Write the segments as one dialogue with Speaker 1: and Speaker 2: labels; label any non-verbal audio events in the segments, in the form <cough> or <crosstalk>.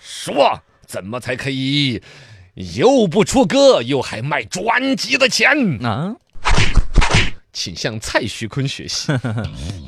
Speaker 1: 说怎么才可以又不出歌又还卖专辑的钱？
Speaker 2: 啊，
Speaker 1: 请向蔡徐坤学习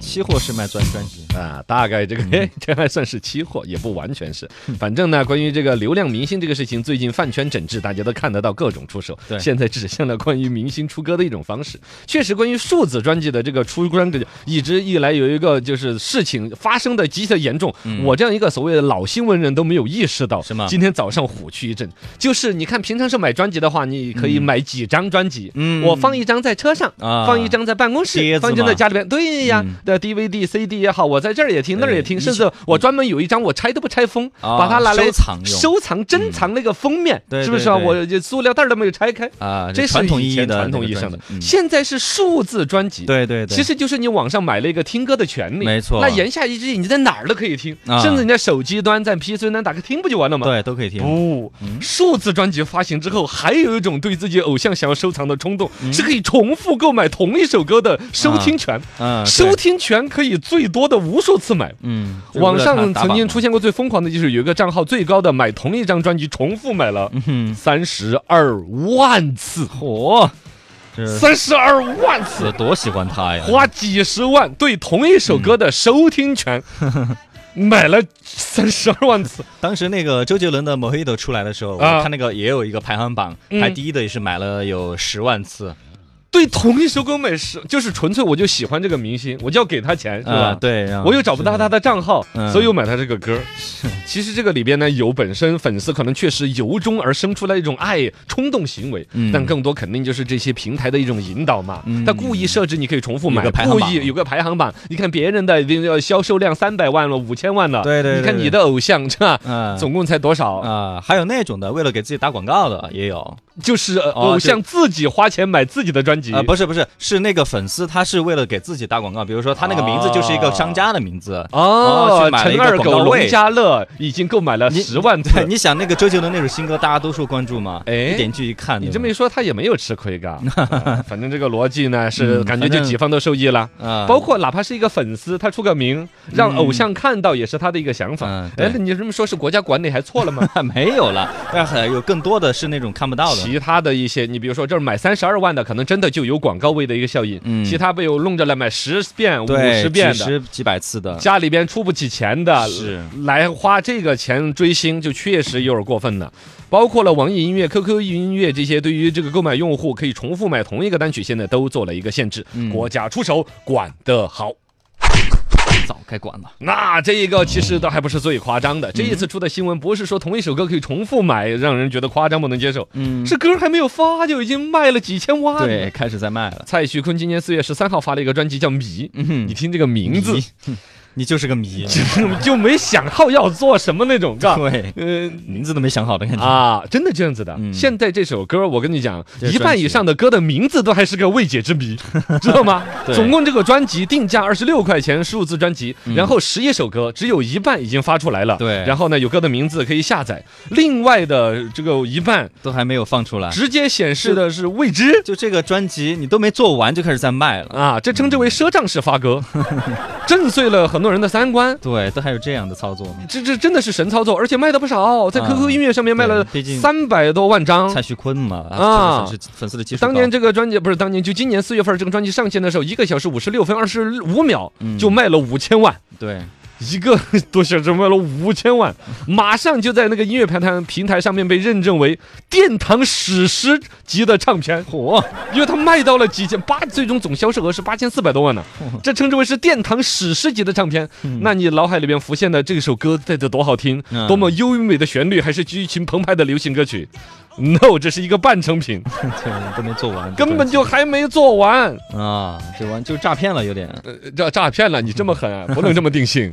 Speaker 2: 期货是卖专专辑，
Speaker 1: 啊！大概这个，
Speaker 2: 嗯
Speaker 1: 哎， <laughs> 这还算是期货，也不完全是。反正呢，关于这个流量明星这个事情，最近饭圈整治，大家都看得到各种出手。
Speaker 2: 对
Speaker 1: 现在指向了关于明星出歌的一种方式。确实，关于数字专辑的这个出专辑，一直以来有一个就是事情发生的极其严重。我这样一个所谓的老新闻人都没有意识到，
Speaker 2: 嗯是吗
Speaker 1: 今天早上虎躯一震，就是你看平常是买专辑的话，你可以买几张专辑，
Speaker 2: 嗯
Speaker 1: 我放一张在车上，
Speaker 2: 啊
Speaker 1: 放一张在办公室，
Speaker 2: 碟子
Speaker 1: 放一张
Speaker 2: 嘛
Speaker 1: 在家里边，对呀
Speaker 2: 嗯，
Speaker 1: 的 DVD、CD 也好，我在这儿也听，那儿也听，
Speaker 2: 对
Speaker 1: 甚至我专门有一张我拆都不拆封，
Speaker 2: 啊
Speaker 1: 把它拿来
Speaker 2: 收藏用嗯
Speaker 1: 收藏珍藏那个封面，
Speaker 2: 对
Speaker 1: 是不是
Speaker 2: 对
Speaker 1: 啊？
Speaker 2: 对
Speaker 1: 我就塑料袋儿都没有拆开，
Speaker 2: 啊，
Speaker 1: 这是
Speaker 2: 传统
Speaker 1: 以
Speaker 2: 意义
Speaker 1: 前
Speaker 2: 的
Speaker 1: 传
Speaker 2: 那
Speaker 1: 统
Speaker 2: 个
Speaker 1: 意义
Speaker 2: 专
Speaker 1: 上的
Speaker 2: 辑，嗯
Speaker 1: 现在是数字专辑。
Speaker 2: 对对对，
Speaker 1: 其实就是你网上买了一个听歌的权利，
Speaker 2: 没错
Speaker 1: 那言下之意，你在哪儿都可以听，
Speaker 2: 啊
Speaker 1: 甚至你在手机端、在 PC 端打开听不就完了吗？
Speaker 2: 对都可以听，
Speaker 1: 不，哦数字专辑发行之后，还有一种对自己偶像想要收藏的冲动，是可以重复购买同一首歌的收听权，
Speaker 2: 嗯，
Speaker 1: 收
Speaker 2: 对，
Speaker 1: 听权可以最多的无数次买。
Speaker 2: 嗯，就为
Speaker 1: 网
Speaker 2: 了它
Speaker 1: 上
Speaker 2: 打
Speaker 1: 曾
Speaker 2: 榜
Speaker 1: 经
Speaker 2: 嘛
Speaker 1: 出，现过最疯狂的就是有一个账号最高的买同一张专辑重复买了
Speaker 2: 嗯，
Speaker 1: 三十二万次，
Speaker 2: 嚯，这
Speaker 1: 三十二万次
Speaker 2: 有。多喜欢他呀，
Speaker 1: 花几十万对同一首歌的收听
Speaker 2: <laughs>
Speaker 1: 权，买了三十二万次，
Speaker 2: 当时那个周杰伦的《Mojito》出来的时候，我
Speaker 1: 啊
Speaker 2: 看那个也有一个排行榜，
Speaker 1: 嗯
Speaker 2: 排第一的也是买了有十万次，
Speaker 1: 对同一首歌买十，就是纯粹我就喜欢这个明星，我就要给他钱，是吧？
Speaker 2: 啊，对，然后
Speaker 1: 我又找不到他的账号，
Speaker 2: 嗯
Speaker 1: 所以我买他这个
Speaker 2: <laughs>
Speaker 1: 歌。其实这个里边呢，有本身粉丝可能确实由衷而生出来一种爱冲动行为，
Speaker 2: 嗯
Speaker 1: 但更多肯定就是这些平台的一种引导嘛。
Speaker 2: 嗯
Speaker 1: 他故意设置你可以重复买
Speaker 2: 有个，排行
Speaker 1: 故
Speaker 2: 榜
Speaker 1: 意有个排行榜。你看别人的已经要销售量三百万了，五千万了，
Speaker 2: 对对对
Speaker 1: 你看
Speaker 2: 对
Speaker 1: 你的偶像是吧？
Speaker 2: 嗯
Speaker 1: 总共才多少？
Speaker 2: 啊，还有那种的为了给自己打广告的也有
Speaker 1: 就是呃
Speaker 2: 哦
Speaker 1: 偶像自己花钱买自己的专辑
Speaker 2: 啊，，不是不是，是那个粉丝他是为了给自己打广告，比如说他那个名字就是一个商家的名字。
Speaker 1: 哦
Speaker 2: 哦去，买了一
Speaker 1: 陈
Speaker 2: 个
Speaker 1: 二
Speaker 2: 广
Speaker 1: 狗
Speaker 2: 告
Speaker 1: 农
Speaker 2: 位
Speaker 1: 家乐已经购买了
Speaker 2: 你
Speaker 1: 十万
Speaker 2: 对，
Speaker 1: 次。
Speaker 2: 哎你想那个周杰伦那首新歌，大家都受关注嘛，
Speaker 1: 哎
Speaker 2: 一点进去一看，
Speaker 1: 你
Speaker 2: 对
Speaker 1: 这
Speaker 2: 吧
Speaker 1: 么一说，他也没有吃亏 <laughs> 嘎。啊反正这个逻辑呢，是
Speaker 2: 嗯
Speaker 1: 感觉
Speaker 2: 反
Speaker 1: 就
Speaker 2: 正
Speaker 1: 几方都受益了。
Speaker 2: 啊，
Speaker 1: 包括哪怕是一个粉丝，他出个名，让
Speaker 2: 嗯
Speaker 1: 偶像看到也是他的一个想法
Speaker 2: 嗯。
Speaker 1: 哎
Speaker 2: 对，
Speaker 1: 那你这么说，是国家管理还错了 <laughs> 吗？
Speaker 2: <laughs> 没有了，但是有更多的是那种看不到的，
Speaker 1: 其他的一些，你比如说这儿买三十二万的，可能真的就有广告位的一个效应。
Speaker 2: 嗯
Speaker 1: 其他被我弄着来买十遍、五
Speaker 2: 对，
Speaker 1: 十遍
Speaker 2: 几
Speaker 1: 的，
Speaker 2: 十几百次的，
Speaker 1: 家里边出不起钱的，
Speaker 2: 是
Speaker 1: 来花这个钱追星，就确实有点过分了。包括了网易音乐、QQ 音乐这些，对于这个购买用户可以重复买同一个单曲，现在都做了一个限制。
Speaker 2: 嗯
Speaker 1: 国家出手管得好。
Speaker 2: 早该管了。
Speaker 1: 那这个其实倒还不是最夸
Speaker 2: 嗯
Speaker 1: 张的，这一次出的新闻不是说同一首歌可以重复买，让人觉得夸张不能接受，
Speaker 2: 嗯，
Speaker 1: 是歌还没有发就已经卖了几千万了。
Speaker 2: 对，开始在卖了。
Speaker 1: 蔡徐坤今年四月十三号发了一个专辑叫《迷》，你听这个名字
Speaker 2: 迷你就是啊个谜，
Speaker 1: 就就没想好要做什么那种，嘎。
Speaker 2: 对，
Speaker 1: 呃，
Speaker 2: 名字都没想好的感
Speaker 1: <laughs>
Speaker 2: 觉。
Speaker 1: 啊，真的这样子的。
Speaker 2: 嗯
Speaker 1: 现在这首歌，我跟你讲，
Speaker 2: 这
Speaker 1: 一
Speaker 2: 专
Speaker 1: 半
Speaker 2: 辑
Speaker 1: 以上的歌的名字都还是个未解之谜， <laughs> 知道吗？
Speaker 2: 对嗯
Speaker 1: 总共这个专辑定价二十六块钱数字专辑，然后十一首歌，只有一半已经发出来了。
Speaker 2: 对
Speaker 1: 然后呢，有歌的名字可以下载，另外的这个一半
Speaker 2: 都还没有放出来，
Speaker 1: 直接显示的是未知。
Speaker 2: 就这个专辑你都没做完就开始在卖了。
Speaker 1: 啊，这称之为赊账式发歌，
Speaker 2: <laughs>
Speaker 1: 震碎了很多人的三观。
Speaker 2: 对，都还有这样的操作吗？
Speaker 1: 这这真的是神操作，而且卖的不少，在
Speaker 2: 啊
Speaker 1: QQ 音乐上面卖了
Speaker 2: 对毕竟
Speaker 1: 三百多万张。
Speaker 2: 蔡徐坤嘛，
Speaker 1: 啊
Speaker 2: 啊，粉丝粉丝的基础高。
Speaker 1: 当年这个专辑不是当年，就今年四月份这个专辑上线的时候，一个小时五十六分二十五秒就卖了五千万，
Speaker 2: 对，
Speaker 1: 一个多小时卖了五千万，马上就在那个音乐平台平台上面被认证为殿堂史诗级的唱片，
Speaker 2: 火
Speaker 1: 因为它卖到了几千八，最终总销售额是八千四百多万呢、这称之为是殿堂史诗级的唱片。那你脑海里边浮现的这首歌带着多好听，
Speaker 2: 嗯
Speaker 1: 多么优美的旋律，还是激情澎湃的流行歌曲？No，这是一个半成品，
Speaker 2: <laughs> 对，都没做完，
Speaker 1: 根本就还没做完。
Speaker 2: 啊，这完就诈骗了，有点。
Speaker 1: 诈诈骗了，你呃这么狠、 <laughs> 啊，不能这么定性，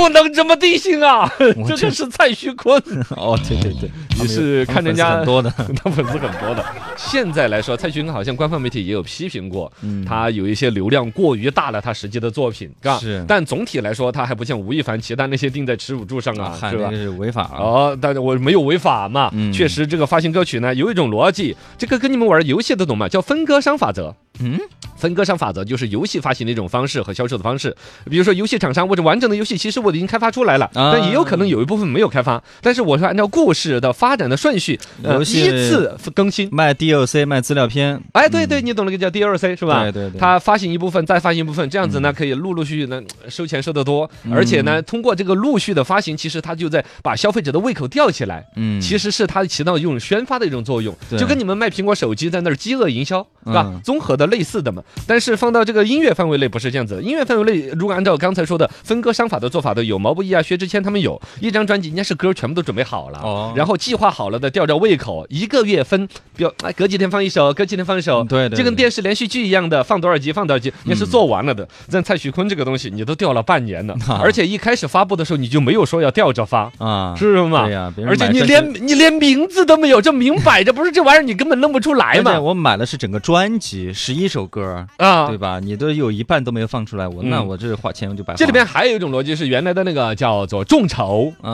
Speaker 1: 不能这么定性啊！这个是蔡徐 <laughs> 坤，
Speaker 2: 哦，对对对，他们有
Speaker 1: 是
Speaker 2: 他
Speaker 1: 看
Speaker 2: 们
Speaker 1: 人
Speaker 2: 粉丝
Speaker 1: 家
Speaker 2: 很多的，
Speaker 1: 他粉丝很多的。现在来说，蔡徐坤好像官方媒体也有批评过，
Speaker 2: 嗯
Speaker 1: 他有一些流量过于大了，他实际的作品，是吧？
Speaker 2: 是
Speaker 1: 但总体来说，他还不像吴亦凡、齐丹那些定在耻辱柱上啊，
Speaker 2: 喊
Speaker 1: 是吧
Speaker 2: 这？是违法啊。
Speaker 1: 哦，但是我没有违法嘛，
Speaker 2: 嗯
Speaker 1: 确实这个发行歌曲呢有一种逻辑，这个跟你们玩游戏的懂吗？叫分割商法则。
Speaker 2: 嗯，
Speaker 1: 分割商法则就是游戏发行的一种方式和销售的方式。比如说，游戏厂商，我这完整的游戏其实我已经开发出来了，
Speaker 2: 啊
Speaker 1: 但也有可能有一部分没有开发。但是我是按照故事的发展的顺序，呃，
Speaker 2: 游戏
Speaker 1: 依次更新。
Speaker 2: 卖 DLC 卖资料片，
Speaker 1: 哎，对对，你懂那个叫 DLC 是吧？
Speaker 2: 嗯对对对嗯
Speaker 1: 它发行一部分，再发行一部分，这样子呢，可以陆陆续续呢收钱收得多，而且呢，通过这个陆续的发行，其实它就在把消费者的胃口吊起来。
Speaker 2: 嗯，
Speaker 1: 其实是它起到一种宣发的一种作用，
Speaker 2: 对
Speaker 1: 就跟你们卖苹果手机在那儿饥饿营销，是吧？
Speaker 2: 嗯
Speaker 1: 综合的类似的嘛。但是放到这个音乐范围内不是这样子的，音乐范围内如果按照刚才说的分割商法的做法的，有毛不易啊、薛之谦他们有一张专辑，人家是歌全部都准备好了，
Speaker 2: 哦
Speaker 1: 然后计划好了的，吊着胃口，一个月分，比如哎，隔几天放一首，隔几天放一首，
Speaker 2: 嗯对对嗯
Speaker 1: 就跟
Speaker 2: 对
Speaker 1: 电视连续剧一样的，放多少集放多少集，你是做完了的。但蔡徐坤这个东西，你都吊了半年
Speaker 2: <laughs>
Speaker 1: 了，而且一开始发布的时候你就没有说要吊着发。
Speaker 2: 啊，
Speaker 1: 是吗？
Speaker 2: 对呀别人
Speaker 1: 而且
Speaker 2: 买
Speaker 1: 你
Speaker 2: 专
Speaker 1: 连你连名字都没有，这明摆着不是这玩意儿，你根本弄不出来
Speaker 2: 而且
Speaker 1: 嘛。
Speaker 2: 我买的是整个专辑，十一首歌，
Speaker 1: 啊
Speaker 2: 对，吧？你都有一半都没有放出来，我那
Speaker 1: 嗯
Speaker 2: 我这花钱我就白花了。
Speaker 1: 这里边还有一种逻辑是原来的那个叫做众筹。
Speaker 2: 啊，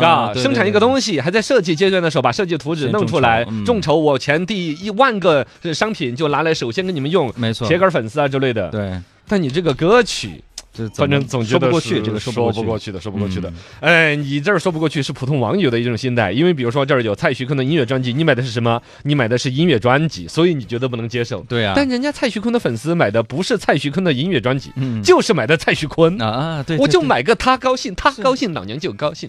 Speaker 1: 啊，
Speaker 2: 对
Speaker 1: 生产一个，东西还在设计阶段的时候，把设计图纸弄出来
Speaker 2: 先众筹，嗯
Speaker 1: 众筹我前第一万个商品就拿来首先给你们用
Speaker 2: 对，对没错，
Speaker 1: 铁杆粉丝啊之类的。
Speaker 2: 对，
Speaker 1: 但你这个歌曲，
Speaker 2: 这怎
Speaker 1: 反
Speaker 2: 么
Speaker 1: 正总觉
Speaker 2: 说
Speaker 1: 得
Speaker 2: 不过去，
Speaker 1: 是
Speaker 2: 这个
Speaker 1: 说
Speaker 2: 不
Speaker 1: 不
Speaker 2: 过
Speaker 1: 过
Speaker 2: 去，
Speaker 1: 去的，说不过去的
Speaker 2: 嗯。
Speaker 1: 哎，你这儿说不过去是普通网友的一种心态，因为比如说这儿有蔡徐坤的音乐专辑，你买的是什么？你买的是音乐专辑，所以你觉得不能接受。
Speaker 2: 对啊，
Speaker 1: 但人家蔡徐坤的粉丝买的不是蔡徐坤的音乐专辑，
Speaker 2: 嗯
Speaker 1: 就是买的蔡徐坤。
Speaker 2: 啊啊，对，
Speaker 1: 我
Speaker 2: 对
Speaker 1: 就
Speaker 2: 对
Speaker 1: 买个他高兴，他高兴，老娘就高兴。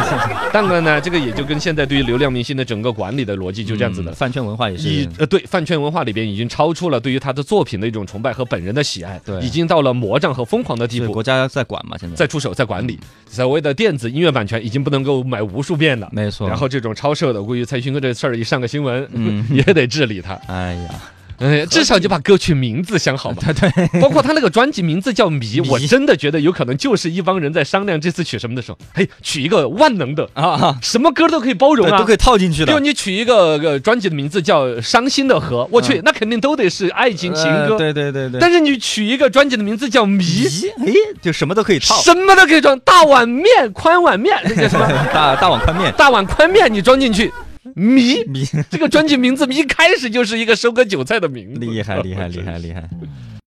Speaker 1: <laughs> 当然呢，这个也就跟现在对于流量明星的整个管理的逻辑就这样子的
Speaker 2: 嗯。饭圈文化也
Speaker 1: 以
Speaker 2: 是，
Speaker 1: 呃对饭圈文化里边已经超出了对于他的作品的一种崇拜和本人的喜爱，
Speaker 2: 对
Speaker 1: 已经到了魔障和疯狂的地
Speaker 2: 对
Speaker 1: 步。
Speaker 2: 国家在管嘛，现在，
Speaker 1: 再出手再管理，所谓的电子音乐版权已经不能够买无数遍了。
Speaker 2: 没错，
Speaker 1: 然后这种超售的，我估计蔡徐坤这事儿一上个新闻，
Speaker 2: 嗯
Speaker 1: <laughs> 也得治理他。
Speaker 2: 哎呀，
Speaker 1: 哎，至少就把歌曲名字想好吧。
Speaker 2: 对对， <laughs>
Speaker 1: 包括他那个专辑名字叫《迷》，
Speaker 2: 迷
Speaker 1: 我真的觉得有可能就是一帮人在商量这次取什么的时候，嘿，取一个万能的，
Speaker 2: 啊啊，
Speaker 1: 什么歌都可以包容
Speaker 2: 对，
Speaker 1: 啊，
Speaker 2: 都可以套进去
Speaker 1: 比如
Speaker 2: 的。
Speaker 1: 你取一个个专辑的名字叫《伤心的河》，我去，那肯定都得是爱情情
Speaker 2: 嗯呃
Speaker 1: 歌。
Speaker 2: 对对对对，
Speaker 1: 但是你取一个专辑的名字叫《迷》，
Speaker 2: 咦，哎，就什么都可以套，
Speaker 1: 什么都可以装，大碗面、宽碗面，那叫什
Speaker 2: <laughs>
Speaker 1: 么？
Speaker 2: 大大碗宽面，
Speaker 1: 大碗宽面你装进去，迷。
Speaker 2: 厉
Speaker 1: 这个专辑名字一开始就是一个收割韭菜的名字，
Speaker 2: 厉害厉害厉害厉害，